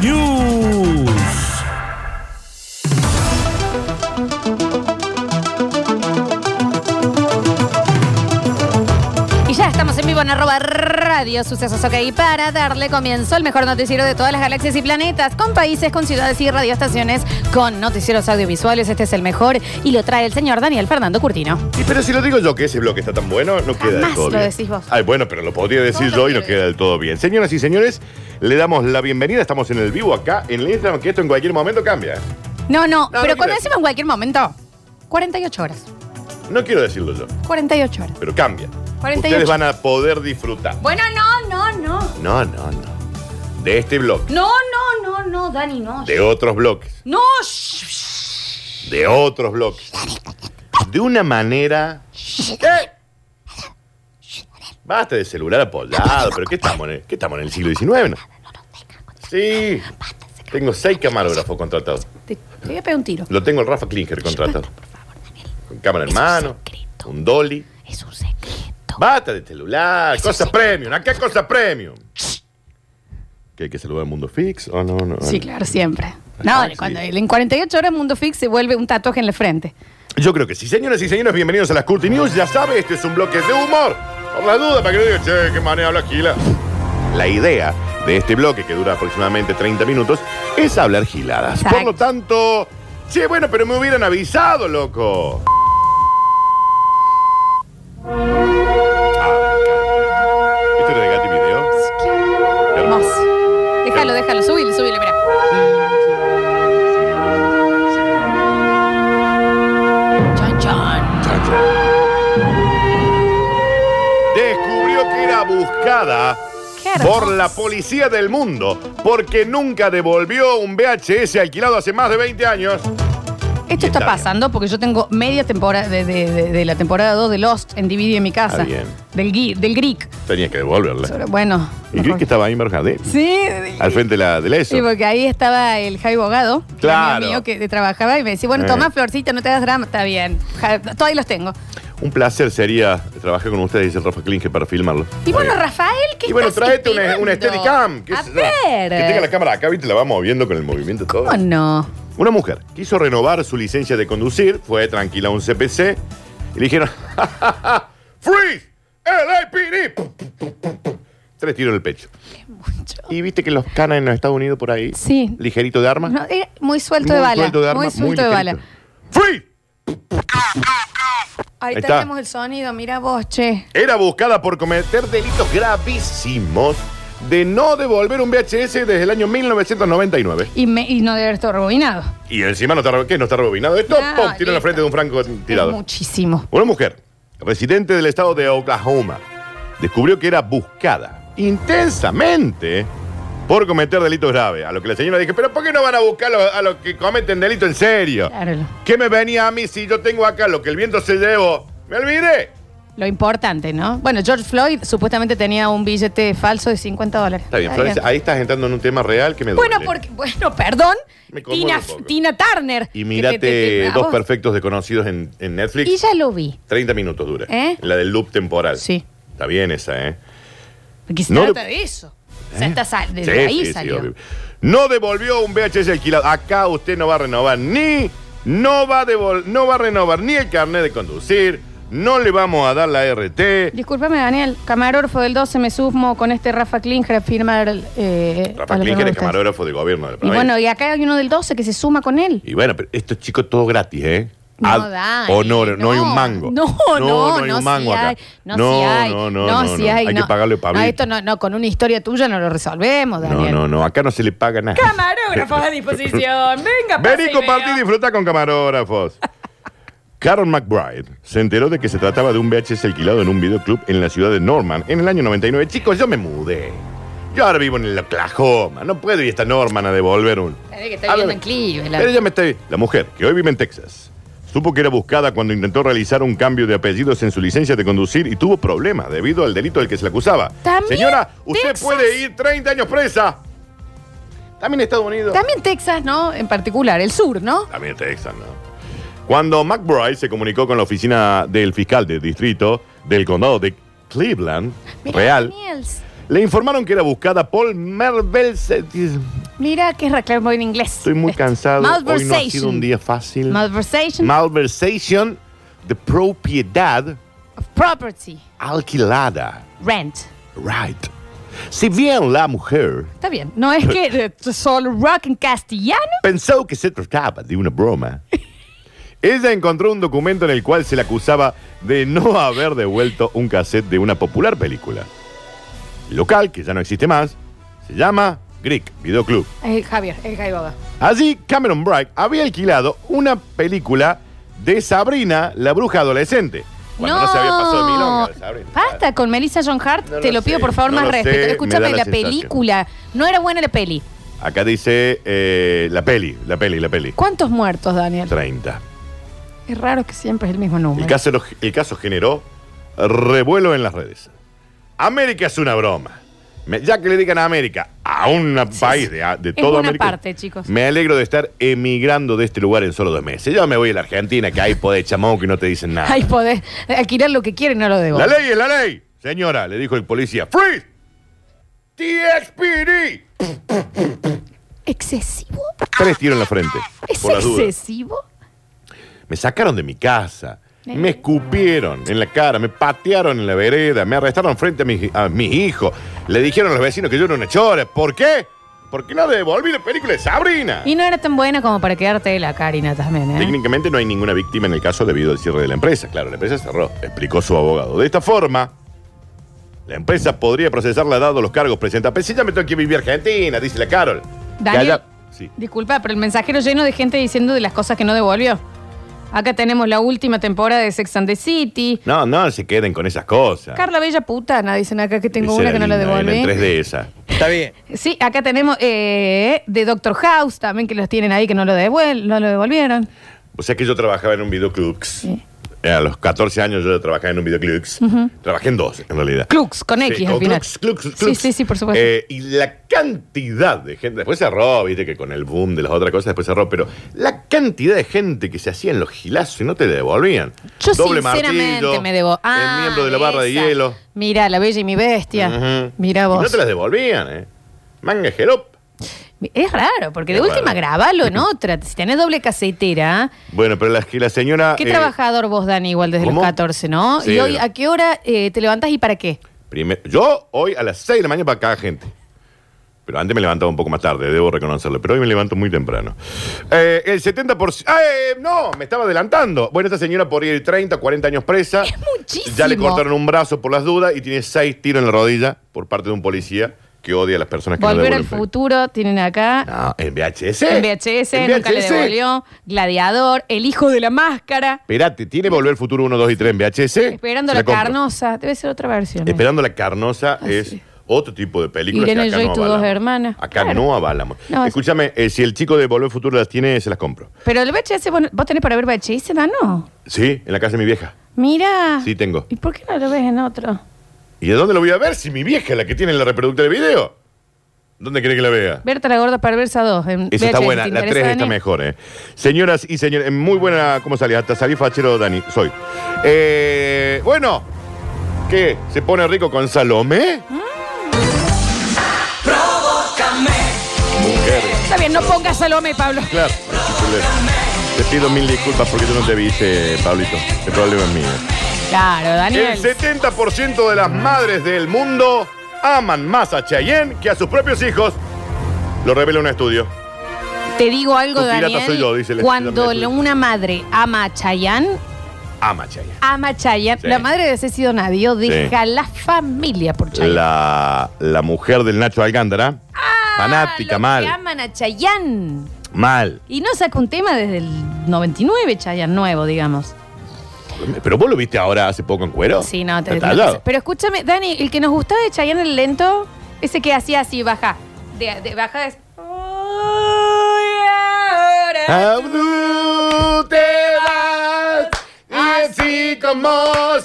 News. Y ya estamos en vivo en arroba radio sucesos ok para darle comienzo al mejor noticiero de todas las galaxias y planetas, con países, con ciudades y radioestaciones, con noticieros audiovisuales. Este es el mejor y lo trae el señor Daniel Fernando Curtino. Y pero si lo digo yo que ese bloque está tan bueno, no queda del Jamás todo lo bien. decís vos. Ay, bueno, pero lo podría decir lo yo y no quieres? queda del todo bien. Señoras y señores, le damos la bienvenida. Estamos en el vivo acá en el Instagram, que esto en cualquier momento cambia. No, no, no pero quiero cuando decir. decimos en cualquier momento, 48 horas. No quiero decirlo yo, 48 horas. pero cambia. 48. Ustedes van a poder disfrutar. Bueno, no, no, no. No, no, no. De este bloque, No, no, no, no, Dani, no. de otros bloques, No, shh, shh. de otros bloques. De una manera. ¿Qué? Basta de celular apoyado, pero ¿qué estamos en el, qué estamos en el siglo XIX? no? Sí. Tengo seis camarógrafos contratados. te, te voy a pegar un tiro. Lo tengo el Rafa Klinger contratado. Con cámara en Es un mano, secreto. un dolly. Es un secreto. Bata de celular, cosa premium. ¿A qué cosa premium? ¿Que hay que saludar al mundo fix o no? oh, no Sí, no. claro, siempre. No, Ah, sí. cuando en 48 horas Mundo Fix se vuelve un tatuaje en la frente. Yo creo que sí. Señoras y señores, bienvenidos a las Curti News. Ya sabe, este es un bloque de humor. Por la duda, para que no diga, che, qué manera habla Gila. La idea de este bloque, que dura aproximadamente 30 minutos, es hablar giladas. Por Exacto. lo tanto, che, bueno, pero me hubieran avisado, loco. Ah, acá. ¿Esto era de Gatti Video? Hermoso. Déjalo, déjalo, subile, subile, mira. Chon, chon. Descubrió que era buscada Qué hermoso. por la policía del mundo porque nunca devolvió un VHS alquilado hace más de 20 años. Esto está Está bien. pasando porque yo tengo media temporada de, de- de- de la temporada 2 de Lost en DVD en mi casa. Está bien. Del, gui- del Greek. Tenía que devolverla. Sobre- bueno. Y creo que estaba ahí en Berjardín, Sí. al frente de la, de la ESO. Sí, porque ahí estaba el Javi Bogado, que era Claro. amigo mío que trabajaba y me decía, bueno, Eh. toma florcita, no te hagas drama, está bien. Ja- Todavía los tengo. Un placer sería trabajar con ustedes, dice Rafa Klinge, para filmarlo. Y bueno, Está bien. Rafael, ¿qué Y bueno, estás tráete una, esperando? una Steadicam. qué A sé yo. ver. Que tenga la cámara acá, ¿viste? La va moviendo con el movimiento todo. ¿Cómo no? Una mujer quiso renovar su licencia de conducir, fue tranquila a un CPC y le dijeron, "Ja, ja, ja, ¡Freeze! ¡LAPD! Pum, pum, pum, pum, pum. Tres tiros en el pecho. Mucho. Y viste que los canas en los Estados Unidos por ahí, Sí. ligerito de arma. No, era muy suelto de muy bala. suelto de arma, muy suelto de ligerito. bala. ¡Freeze! Ahí Ahí está. tenemos el sonido, mira vos, che. Era buscada por cometer delitos gravísimos de no devolver un VHS desde el año 1999. Y, me- y no debe haber estado arruinado. Y encima no está, re- ¿qué? No está rebobinado. Esto, No, ¡pum! tiro en la listo. frente de un franco tirado. Es Muchísimo. Una mujer, residente del estado de Oklahoma, descubrió que era buscada intensamente por cometer delitos graves. A lo que la señora dijo, pero ¿por qué no van a buscar a los, a los que cometen delito en serio? Claro. ¿Qué me venía a mí si yo tengo acá lo que el viento se llevó? ¿Me olvidé? Lo importante, ¿no? Bueno, George Floyd supuestamente tenía un billete falso de 50 dólares. Está bien, Florencia, ahí estás entrando en un tema real que me duele. Bueno, porque, bueno, perdón. Me conmueve Tina, un poco. Tina Turner. Y Que te- te- mírate te- a Dos vos. Perfectos Desconocidos en, en Netflix. Y ya lo vi. 30 minutos dura. ¿Eh? La del loop temporal. Sí. Está bien esa, ¿eh? Porque se No trata le- de eso. O sea, está sal- desde Sí, ahí sí, sí, salió. obvio. no devolvió un VHS alquilado. Acá usted no va a renovar ni no va a devol- no va a renovar ni el carnet de conducir. No le vamos a dar la RT. Discúlpame, Daniel. Camarógrafo del 12, me sumo con este Rafa Klinger a firmar. eh, a Rafa la Klinger primera es vez. camarógrafo de gobierno de Y bueno, y acá hay uno del 12 que se suma con él. Y bueno, pero estos chicos todo gratis, ¿eh? No, Ad Dani, honor, no, hay un no. mango. No, no, no, no hay un mango si acá. hay, no, si hay, no, no, no, no, si no. hay, Hay no. que pagarle No, Pablito. esto no, no, con una historia tuya no lo resolvemos, No, Daniel. no, no, acá no se le paga nada. Camarógrafos a disposición. Venga, Ven pase y compartí y vea. disfruta con camarógrafos. Carol McBride se enteró de que se trataba de un VHS alquilado en un videoclub en la ciudad de Norman en el año 99. Chicos, yo me mudé. Yo ahora vivo en el Oklahoma. No puedo ir hasta Norman a devolver un. Tenés que estar viviendo en Pero Cleveland. ya me estoy. La mujer, que hoy vive en Texas, Supo que era buscada cuando intentó realizar un cambio de apellidos en su licencia de conducir y tuvo problemas debido al delito del que se le acusaba. También Señora, usted Texas. puede ir 30 años presa. También Estados Unidos. También Texas, ¿no? En particular, el sur, ¿no? También Texas, ¿no? Cuando McBride se comunicó con la oficina del fiscal de distrito del condado de Cleveland, Mirá, Real, Daniels. le informaron que era buscada Paul Mervel. Mira que es reclamo muy en inglés. Estoy muy Esto. cansado. Hoy no ha sido un Malversation. día fácil. Malversation Malversation de propiedad of property. alquilada. Rent. Right. Si bien la mujer Está bien. No es que eh, solo rock en castellano. pensó que se trataba de una broma, ella encontró un documento en el cual se le acusaba de no haber devuelto un cassette de una popular película. El local, que ya no existe más, se llama Greek Videoclub. Eh, Javier, el Jaiboga. Allí Cameron Bright había alquilado una película de Sabrina, la bruja adolescente. Cuando no, se había pasado de milonga de Sabrina. Basta con Melissa John Hart. No te lo lo pido, sé, por favor, no más lo sé, respeto. me da Escúchame, la la sensación. película. No era buena la peli. Acá dice eh, la peli, la peli, la peli. ¿Cuántos muertos, Daniel? 30. Es raro que siempre es el mismo El número. caso, el caso generó revuelo en las redes. América es una broma. Me- ya que le digan a América, a un país de, de Es todo una América. parte, chicos. Me alegro de estar emigrando de este lugar en solo dos meses. Yo me voy a la Argentina, que hay poder chamón que no te dicen nada. Ay, podés alquilar lo que quieres, no lo debo. La ley es la ley, señora, le dijo el policía. ¡Freeze! ¡TXPD! ¿Excesivo? Tres tiros en la frente. Ah. ¿Es por las dudas. excesivo? Me sacaron de mi casa. Eh. Me escupieron en la cara, me patearon en la vereda, me arrestaron frente a mis a mis hijos. Le dijeron a los vecinos que yo era una chora. ¿Por qué? Porque no devolví la película de Sabrina. Y no era tan buena como para quedarte de la Karina también, ¿eh? Técnicamente no hay ninguna víctima en el caso debido al cierre de la empresa. Claro, la empresa cerró, explicó su abogado. De esta forma, la empresa podría procesarla dado los cargos presentados. Pero si ya me tengo que vivir a Argentina, dice la Carol. Que Daniel. allá- Sí. Disculpa, pero el mensajero lleno de gente diciendo de las cosas que no devolvió. Acá tenemos la última temporada de Sex and the City. No, no se queden con esas cosas. Carla Bella Putana, dicen acá que tengo Esa una era que no la linda, eran tres devolví. de esas. Está bien. Sí, acá tenemos eh, de Doctor House también que los tienen ahí que no lo, devuel- no lo devolvieron. O sea que yo trabajaba en un videoclub. Sí. Eh, A los 14 años yo trabajaba en un videoclub. Trabajé en dos, en realidad. Clux, con X Sí, al o final. clux, clux, clux. Sí, sí, sí, por supuesto. Eh, y la cantidad de gente, después cerró, viste que con el boom de las otras cosas después cerró, pero la cantidad de gente que se hacían los gilazos y no te devolvían. Yo Doble sinceramente martillo, me debo. Ah, el miembro de la barra de esa. hielo. Mira, la bella y mi bestia. Ujú. Mira Y vos. no te las devolvían, ¿eh? Manga jerop. Es raro, porque de Es última raro. grabalo en otra. Si tenés doble casetera, Bueno, pero la, que la señora. qué eh, trabajador vos, Dani, igual desde ¿cómo? los 14, ¿no? Sí, y hoy, pero- ¿a qué hora eh, te levantás y para qué? Primer- yo hoy a las 6 de la mañana para cada gente. Pero antes me levantaba un poco más tarde, debo reconocerlo. Pero hoy me levanto muy temprano. Eh, el 70%. ¡Ah, eh, no! Me estaba adelantando. Bueno, esta señora podría ir 30, 40 años presa. Es muchísimo. Ya le cortaron un brazo por las dudas y tiene 6 tiros en la rodilla por parte de un policía que odia a las personas que no Volver al devuelven fe. futuro, tienen acá. No, en VHS. En VHS, nunca le VHS. devolvió. Gladiador, El hijo de la máscara. Espérate, tiene Volver al futuro 1, 2 y 3 en VHS. Esperando Se la, compro. carnosa. Debe ser otra versión. ¿eh? Esperando la carnosa Así es es. otro tipo de película. Irene, que acá yo y no tus dos avalamos. hermanas. Acá Claro. no avalamos. No, es- Escúchame, eh, si el chico de Volver al Futuro las tiene, se las compro. Pero el VHS, vos, vos tenés para ver VHS, Dano. Sí, en la casa de mi vieja. Mira. Sí, tengo. ¿Y por qué no lo ves en otro? ¿Y de dónde lo voy a ver si mi vieja es la que tiene la reproductora de video? ¿Dónde cree que la vea? Berta la gorda perversa 2. En Esa está VHS, buena, ¿te la interesa, 3 está Dani? mejor, ¿eh? Señoras y señores, eh, muy buena, ¿cómo salí? Hasta salí fachero, Dani, soy. Eh, bueno, ¿qué? ¿Se pone rico con Salomé? Mm. Está bien, no pongas Salome, Pablo. Claro. Le, le pido mil disculpas porque yo no te avise, Pablito. El problema es mío. Claro, El Daniel. 70% de las madres del mundo aman más a Cheyenne que a sus propios hijos. Lo revela un estudio. Te digo algo, Tu pirata Daniel. soy yo, dice el- Cuando el- una madre ama a Chayanne, Ama a Cheyenne. ama a Chayanne. Sí. La madre de sido Nadio deja la familia por Chayanne. La, la mujer del Nacho Algándara. Ah, fanática, los mal. Que aman a Chayanne. Mal. Y no saca un tema desde el 99, Chayanne nuevo, digamos. Pero vos lo viste ahora hace poco en cuero. Sí, no, te Está te- tallado. Pero escúchame, Dani, el que nos gustaba de Chayanne el lento, ese que hacía así, baja. De, de- baja es. Uy, ahora Ah, tú te vas. ahí como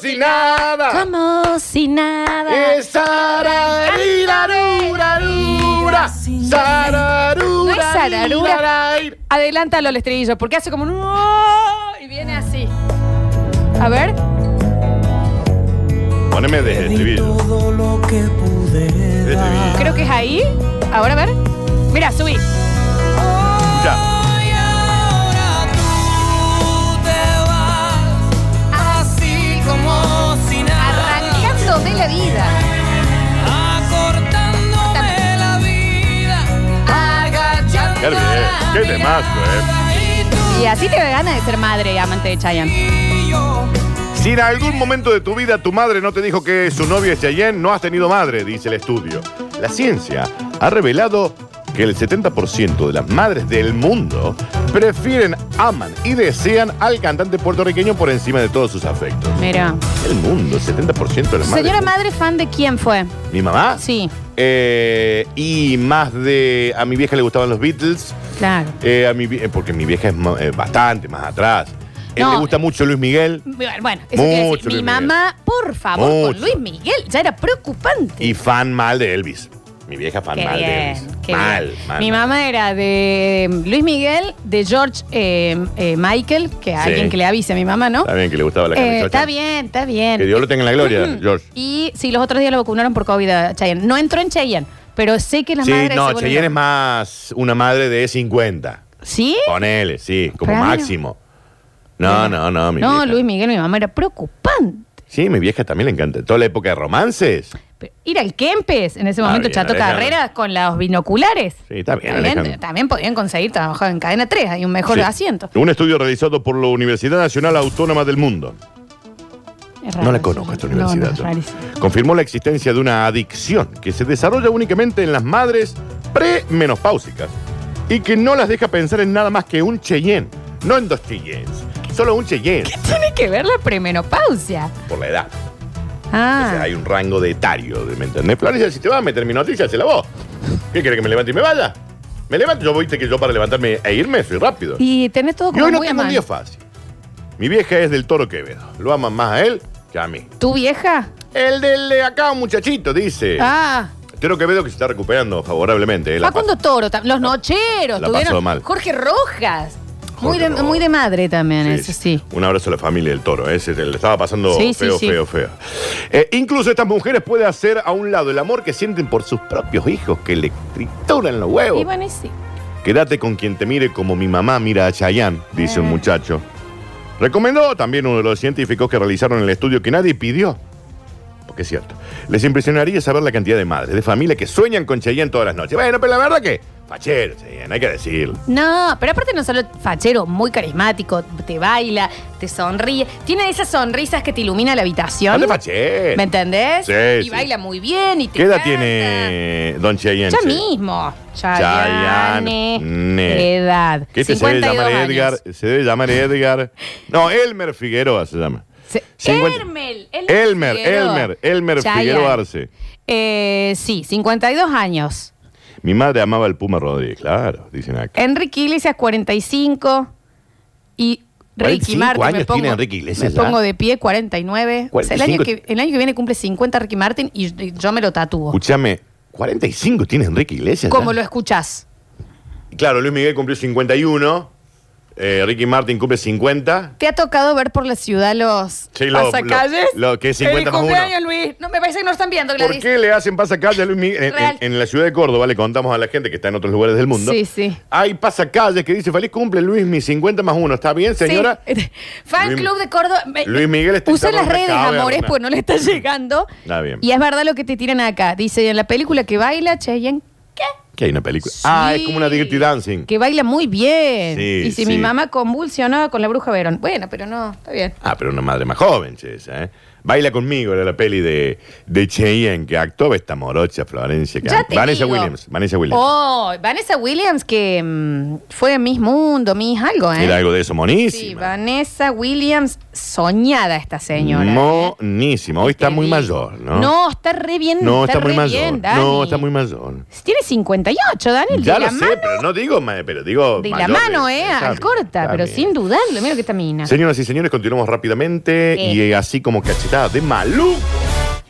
si nada. Ah, Como si nada. Es sararurarura. No es sararura. Sararurarura. Adelántalo al estribillo, porque hace como un. Y viene así. A ver. Poneme desde el Di estribillo. todo lo que pude Desde el dar. estribillo. Creo que es ahí. Ahora, a ver. Mira, subí. Ya. Hoy ahora tú te vas, así como si nada. Arrancando de la vida. Acortándome la vida, agachando Qué bien. la eh. Qué temazo, mirada. Y tú Y así te da ganas de ser madre y amante de Chayanne. y yo. Si en algún momento de tu vida tu madre no te dijo que su novio es Cheyenne, no has tenido madre, dice el estudio. La ciencia ha revelado que el 70% de las madres del mundo prefieren, aman y desean al cantante puertorriqueño por encima de todos sus afectos. Mira. El mundo, el 70% de las madres. Señora madre, fan de quién fue? ¿Mi mamá? Sí, Eh, y más de. A mi vieja le gustaban los Beatles. claro. eh, a mi, vie- eh, porque mi vieja es ma- eh, bastante más atrás. Él No. le gusta mucho Luis Miguel Bueno, bueno, eso quiere Mucho decir, mi Luis mamá, por favor, Mucho. con Luis Miguel, ya era preocupante. y fan mal de Elvis. Mi vieja fan Qué mal de bien, Elvis. qué mal, bien. mal. Mi mal. mamá era de Luis Miguel, de George eh, eh, Michael, que Sí. alguien que le avise a mi mamá, ¿no? Está bien que le gustaba la Eh, camiseta. está bien, está Que bien. Dios lo tenga en la gloria, George. Y sí, los otros días lo vacunaron por COVID a Cheyenne. No entró en Cheyenne, pero sé que las Sí, madres. se no, vuelven Cheyenne es locas. más una madre de 50. ¿Sí? Ponele, sí, como Para mí no. máximo. No, no, no, Ah, mi no, vieja. Luis Miguel, mi mamá era preocupante. Sí, mi vieja también le encanta. Toda la época de romances. Pero ir al Kempes, en ese Ah, momento bien, Chato Alejandro. Carreras, con los binoculares. Sí, está bien, También, Alejandro. también podían conseguir trabajar en cadena 3, hay un mejor Sí. asiento. Un estudio realizado por la Universidad Nacional Autónoma del Mundo. Es no raro la eso. conozco esta No, universidad. no, es yo. rarísimo. Confirmó la existencia de una adicción que se desarrolla únicamente en las madres premenopáusicas y que no las deja pensar en nada más que un Cheyenne. No en dos Cheyennes, solo un Cheyenne Tiene que ver la premenopausia. por la edad. O sea, Ah, hay un rango de etario, ¿me entendés? Florencia, si te vas a meter mi noticia, se la vos. ¿Qué querés que me levante y me vaya? Me levanto, yo viste que yo para levantarme e irme soy rápido. y tenés todo Y como hoy no muy a tengo un mano. día fácil. Mi vieja es del Toro Quevedo. Lo aman más a él que a mí. ¿Tu vieja? El del de acá, un muchachito, dice. Ah, Toro Quevedo que se está recuperando favorablemente. eh, la Facundo Toro, tam- los nocheros, la tuvieron- pasó mal. Jorge Rojas. muy, Jorge de, Rojas. muy de madre también, paz. eso sí. Un abrazo a la familia del toro. eh, se le estaba pasando Sí, sí, feo, sí. feo, feo, Eh, incluso estas mujeres pueden hacer a un lado el amor que sienten por sus propios hijos, que le trituran los huevos. Y bueno, y sí. Quédate con quien te mire como mi mamá mira a Chayanne, dice un Eh. muchacho. Recomendó también uno de los científicos que realizaron el estudio que nadie pidió. Porque es cierto. Les impresionaría saber la cantidad de madres, de familias que sueñan con Chayanne todas las noches. Bueno, pero la verdad que... Fachero, Chayanne, hay que decirlo. No, pero aparte no solo fachero, muy carismático, te baila, te sonríe. Tiene esas sonrisas que te ilumina la habitación. Ande fachero. ¿Me entendés? Sí, y sí. baila muy bien y te ¿Qué edad canta. tiene Don Chayanne? Ya che? mismo. Chayanne. Chayanne. Edad. Que este se debe 52 llamar años. Edgar. Se debe llamar Edgar. No, Elmer Figueroa se llama. Se- 50. Elmer, Elmer, Figueroa. Elmer, Elmer Chayanne. Figueroa Arce. Eh, sí, 52 años. Mi madre amaba al Puma Rodríguez, claro, dicen acá. Enrique Iglesias, 45. Y Ricky 45 Martin. me años pongo, tiene Enrique Iglesias, me ya. pongo de pie, 49. O sea, el, año 45. que, el año que viene cumple 50 Ricky Martin y y yo me lo tatúo. Escúchame, 45 tiene Enrique Iglesias. ¿eh? Como ya? lo escuchás. Claro, Luis Miguel cumplió 51, eh, Ricky Martin cumple 50. ¿Te ha tocado ver por la ciudad los Sí, lo- lo- pasacalles? lo que es 50 Feliz más uno. cumpleaños, Luis. No, me parece que no lo están viendo, ¿Por Gladys. qué le hacen pasacalle a Luis Miguel? En, Real. en- en la ciudad de Córdoba le contamos a la gente que está en otros lugares del mundo. Sí, sí. Hay pasacalles que dice feliz cumple Luis mi 50 más 1. ¿Está bien, señora? Sí. Fan Luis- Club de Córdoba. Me- Luis Miguel está Usa las encerrado en redes, una caverna. amores, pues no le está llegando. Está bien. Y es verdad lo que te tiran acá. Dice, en la película que baila Cheyenne, ¿qué? Que hay una película. Ah, es como una Dirty Dancing. Que baila muy bien. Sí, y si sí. mi mamá convulsionaba con la bruja Verón. Bueno, pero no, está bien. Ah, pero una madre más joven, che, esa, ¿eh? Baila conmigo, era la peli de, de Cheyenne, que actuaba esta morocha Florencia. que- Ya te Vanessa digo. Williams. Vanessa Williams. Oh, Vanessa Williams, que mm, fue Miss Mundo, Miss algo, ¿eh? Era algo de eso, monísimo. sí, Vanessa Williams, soñada esta señora. ¿eh? Monísimo. Hoy está Te muy digo. mayor, ¿no? No, está re bien. No, está, muy re mayor. bien, Dani. no, está muy mayor. Tiene 58, Daniel. Ya de lo la sé, mano, pero no digo, ma- pero digo. de la mayor mano, ¿eh? está Al bien, corta, está pero bien. sin dudarlo. Mira que esta mina. Señoras y señores, continuamos rápidamente Sí. y eh, así como cachetada de maluco.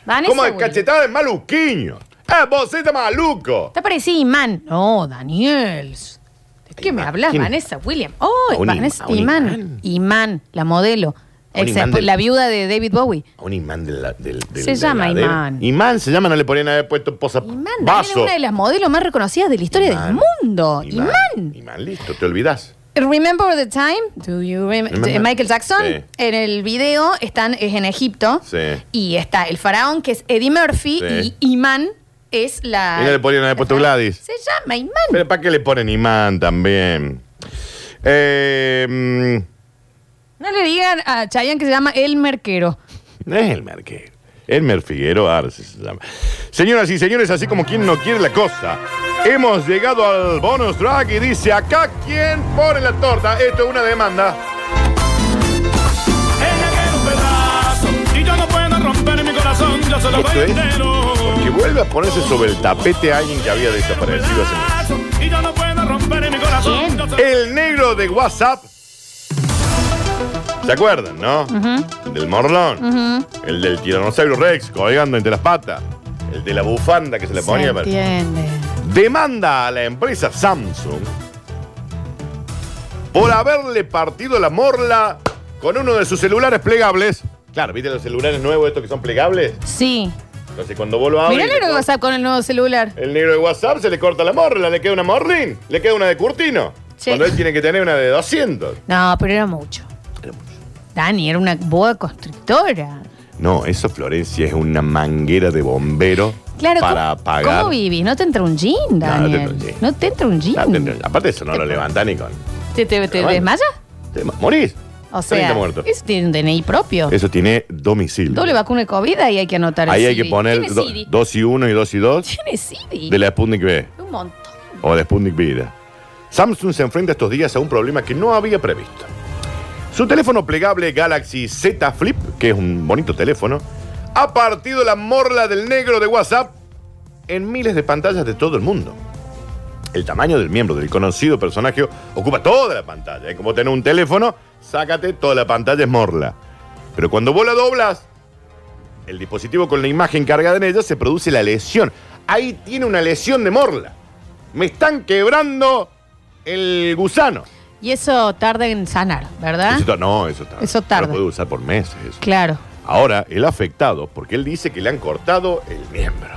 Vanessa Como de Williams. cachetada de maluquiño. ¡Eh, vos estás maluco! Está parecida imán. No, Daniel. ¿De qué me Imán. hablas, ¿Quién? Vanessa Williams? Oh, A un Vanessa imán, a un Imán. Imán. imán. la modelo. A un Ex- imán del- la viuda de David Bowie. A Un imán del. del, del- Se del llama heladero. imán. Imán se llama, no le ponían haber puesto posa. Imán Daniel, es vaso. una de las modelos más reconocidas de la historia del Imán. mundo. Imán. Imán, listo, te olvidás. Remember the time? Do you rem- Remember- de Michael Jackson. Sí. En el video están es en Egipto Sí. y está el faraón que es Eddie Murphy Sí. y Imán es la. Mira, le podrían haber puesto Gladys. Se llama Imán. Pero ¿para qué le ponen imán también? Eh, mm, No le digan a Chayanne que se llama El Merquero. no es el Merquero. Elmer Figueroa Arce se llama. Señoras y señores, así como quien no quiere la cosa, hemos llegado al bonus track y dice: Acá quien pone la torta. Esto es una demanda. Ella quiere un pedazo y yo no puedo romper mi corazón, yo se lo Esto doy es entero. porque vuelve a ponerse sobre el tapete a alguien que había desaparecido hace mucho. Pedazo, y yo no puedo romper mi corazón. yo se lo- El negro de WhatsApp. ¿Se acuerdan, no? El del morlón. El del tiranosaurio Rex colgando entre las patas. El de la bufanda que se le ponía. Se para- entiende. Demanda a la empresa Samsung por haberle partido la morla con uno de sus celulares plegables. Claro, ¿viste los celulares nuevos estos que son plegables? Sí. Entonces cuando vos lo abres... Mirá el le negro de corta- WhatsApp con el nuevo celular. el negro de WhatsApp se le corta la morla, le queda una morrín, le queda una de Curtino. Sí. Cuando él tiene que tener una de 200. No, pero era mucho. Dani era una boa constrictora. No, eso Florencia es una manguera de bombero Claro, para ¿cómo, apagar. ¿Cómo vivís? No te entra un jean, No, no te entra Daniel. un jean. No te entra un jean. No, te- no, aparte eso no lo levanta ni con. ¿Te, te, te Pero bueno. desmayas? te ma- morís. O sea, 30 muertos. eso tiene un DNI propio. Eso tiene domicilio. Doble vacuna de COVID y hay que anotar el Ahí hay CD. que poner Tiene do- CD. dos y uno y dos y dos Tiene CD. de la Sputnik B Un montón. o la Sputnik Vida. Samsung se enfrenta estos días a un problema que no había previsto. Su teléfono plegable Galaxy Z Flip, que es un bonito teléfono, ha partido la morla del negro de WhatsApp en miles de pantallas de todo el mundo. El tamaño del miembro del conocido personaje ocupa toda la pantalla. Es como tener un teléfono, sácate, toda la pantalla es morla. Pero cuando vos la doblas, el dispositivo con la imagen cargada en ella se produce la lesión. Ahí tiene una lesión de morla. Me están quebrando el gusano. Y eso tarda en sanar, ¿verdad? Eso ta- no, eso tarda. ¿Ah? Eso tarda. No lo puede usar por meses. eso. Claro. Ahora, el afectado, porque él dice que le han cortado el miembro,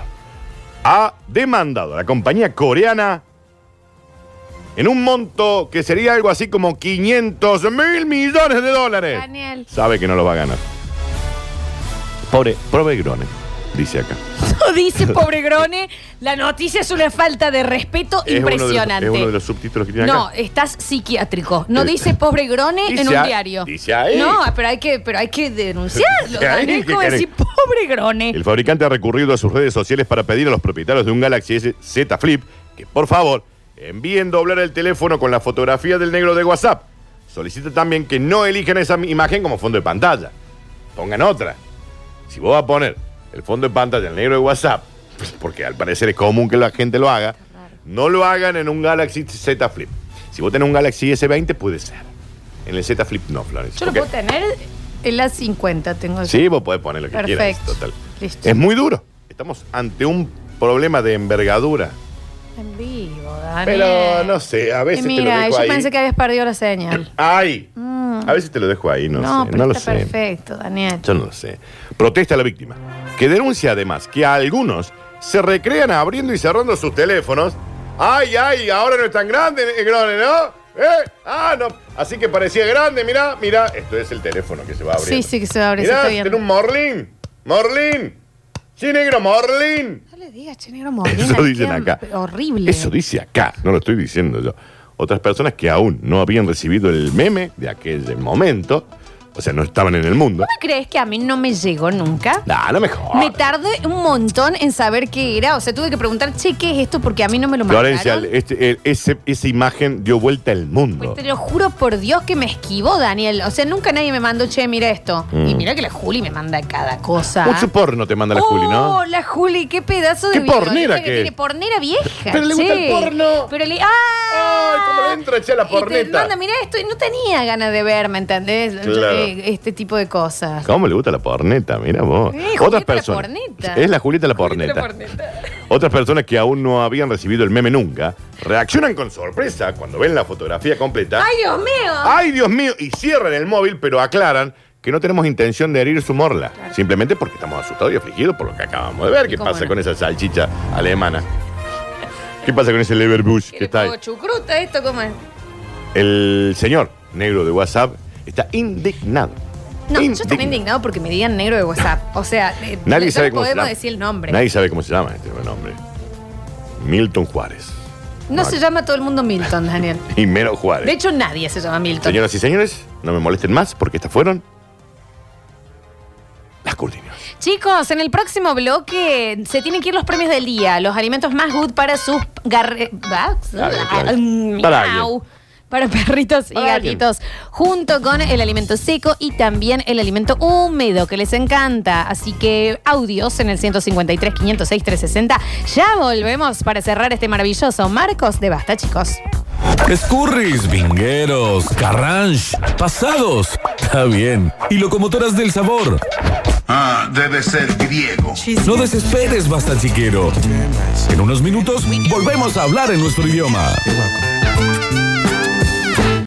ha demandado a la compañía coreana en un monto que sería algo así como 500 mil millones de dólares. Daniel. Sabe que no lo va a ganar. Pobre, pobre Gronen, dice acá. Dice pobre Grone, la noticia es una falta de respeto Es uno de los- impresionante. Es uno de los subtítulos que tiene No, acá. estás psiquiátrico. No Eh, dice pobre Grone dice en un a- diario. dice ahí. No, pero hay que, pero hay que denunciarlo. Dice ahí, Daniel, ¿qué como querés? decir pobre Grone. El fabricante ha recurrido a sus redes sociales para pedir a los propietarios de un Galaxy S Z Flip que, por favor, envíen doblar el teléfono con la fotografía del negro de WhatsApp. Solicita también que no elijan esa mi- imagen como fondo de pantalla. Pongan otra. Si vos vas a poner el fondo de pantalla del negro de WhatsApp, porque al parecer es común que la gente lo haga, no lo hagan en un Galaxy Z Flip. Si vos tenés un Galaxy S20, puede ser. En el Z Flip no, Florencia. Yo lo porque- puedo tener en las 50, tengo Sí, vos podés poner lo que Perfecto. quieras. Total. Listo. Es muy duro. Estamos ante un problema de envergadura. En vivo, Daniel. Pero no sé, a Y veces te lo Mira, dejo yo ahí. pensé que habías perdido la señal. ¡Ay! A veces te lo dejo ahí, no, No, sé. pero no lo está sé. perfecto, Daniel. Yo no lo sé. Protesta la víctima, que denuncia además que a algunos se recrean abriendo y cerrando sus teléfonos. ¡Ay, ay! Ahora no es tan grande, eh, Grone, ¿no? ¿Eh? Ah, no. Así que parecía grande, mirá, mirá. Esto es el teléfono que se va abriendo. Sí, sí, que se va a abrir. se Mirá, está tiene viendo. un morlín. Morlín. Sí, negro, morlín. No le digas, che, negro morena, Eso qué dicen acá. Horrible. Eso dice acá, no lo estoy diciendo yo. Otras personas que aún no habían recibido el meme de aquel momento O sea, no estaban en el mundo. ¿Tú crees que a mí no me llegó nunca? Nah, no mejor. Me tardé un montón en saber qué era. O sea, tuve que preguntar, che, ¿qué es esto? Porque a mí no me lo mandaron. Florencia, este, eh, ese- esa imagen dio vuelta al mundo. Pues te lo juro por Dios que me esquivó, Daniel. O sea, nunca nadie me mandó, che, mira esto. Mm. Y mira que la Juli me manda cada cosa. Mucho porno te manda la Juli, ¿no? Oh, la Juli, qué pedazo de Qué video. pornera Esta que es. tiene pornera vieja. Pero le gusta che. el porno. Pero le. ¡Ah! Ay, cómo le entra, che, la Y te porneta. manda, mira esto. Y no tenía ganas de ver, ¿me entendés? Claro. Eh, Este tipo de cosas. ¿Cómo le gusta la porneta? Mira vos. Eh, Julieta Otras la personas. porneta. Es la Julieta la porneta. Otras personas que aún no habían recibido el meme nunca reaccionan con sorpresa cuando ven la fotografía completa. ¡Ay, Dios mío! ¡Ay, Dios mío! Y cierran el móvil, pero aclaran que no tenemos intención de herir su morla. Simplemente porque estamos asustados y afligidos por lo que acabamos de ver. ¿Qué ¿Cómo pasa no? con esa salchicha alemana? ¿Qué pasa con ese Leverbush que ¿Quieres está ahí? poco chucruta esto? ¿Cómo es? El señor negro de WhatsApp está indignado. No, yo Indign- estoy indignado porque me digan negro de WhatsApp. O sea, eh, Nadie no sabe cómo se podemos llama. decir el nombre. Nadie sabe cómo se llama este nombre. Milton Juárez. no se llama todo el mundo Milton, Daniel. Jimeno Juárez. De hecho, nadie se llama Milton. Señoras y señores, no me molesten más porque estas fueron las cortinas. Chicos, en el próximo bloque se tienen que ir los premios del día, los alimentos más good para sus garre... ¿va? Está bien, está bien. Mm, Para miau. Para perritos y Para alguien. gatitos, junto con el alimento seco y también el alimento húmedo que les encanta. Así que audios en el 153, 506, 360. Ya volvemos para cerrar este maravilloso Marcos de Basta, chicos. Escurris, vingueros, carranche, pasados. Está bien. Y locomotoras del sabor. Ah, debe ser griego. No desesperes, basta chiquero. En unos minutos volvemos a hablar en nuestro idioma.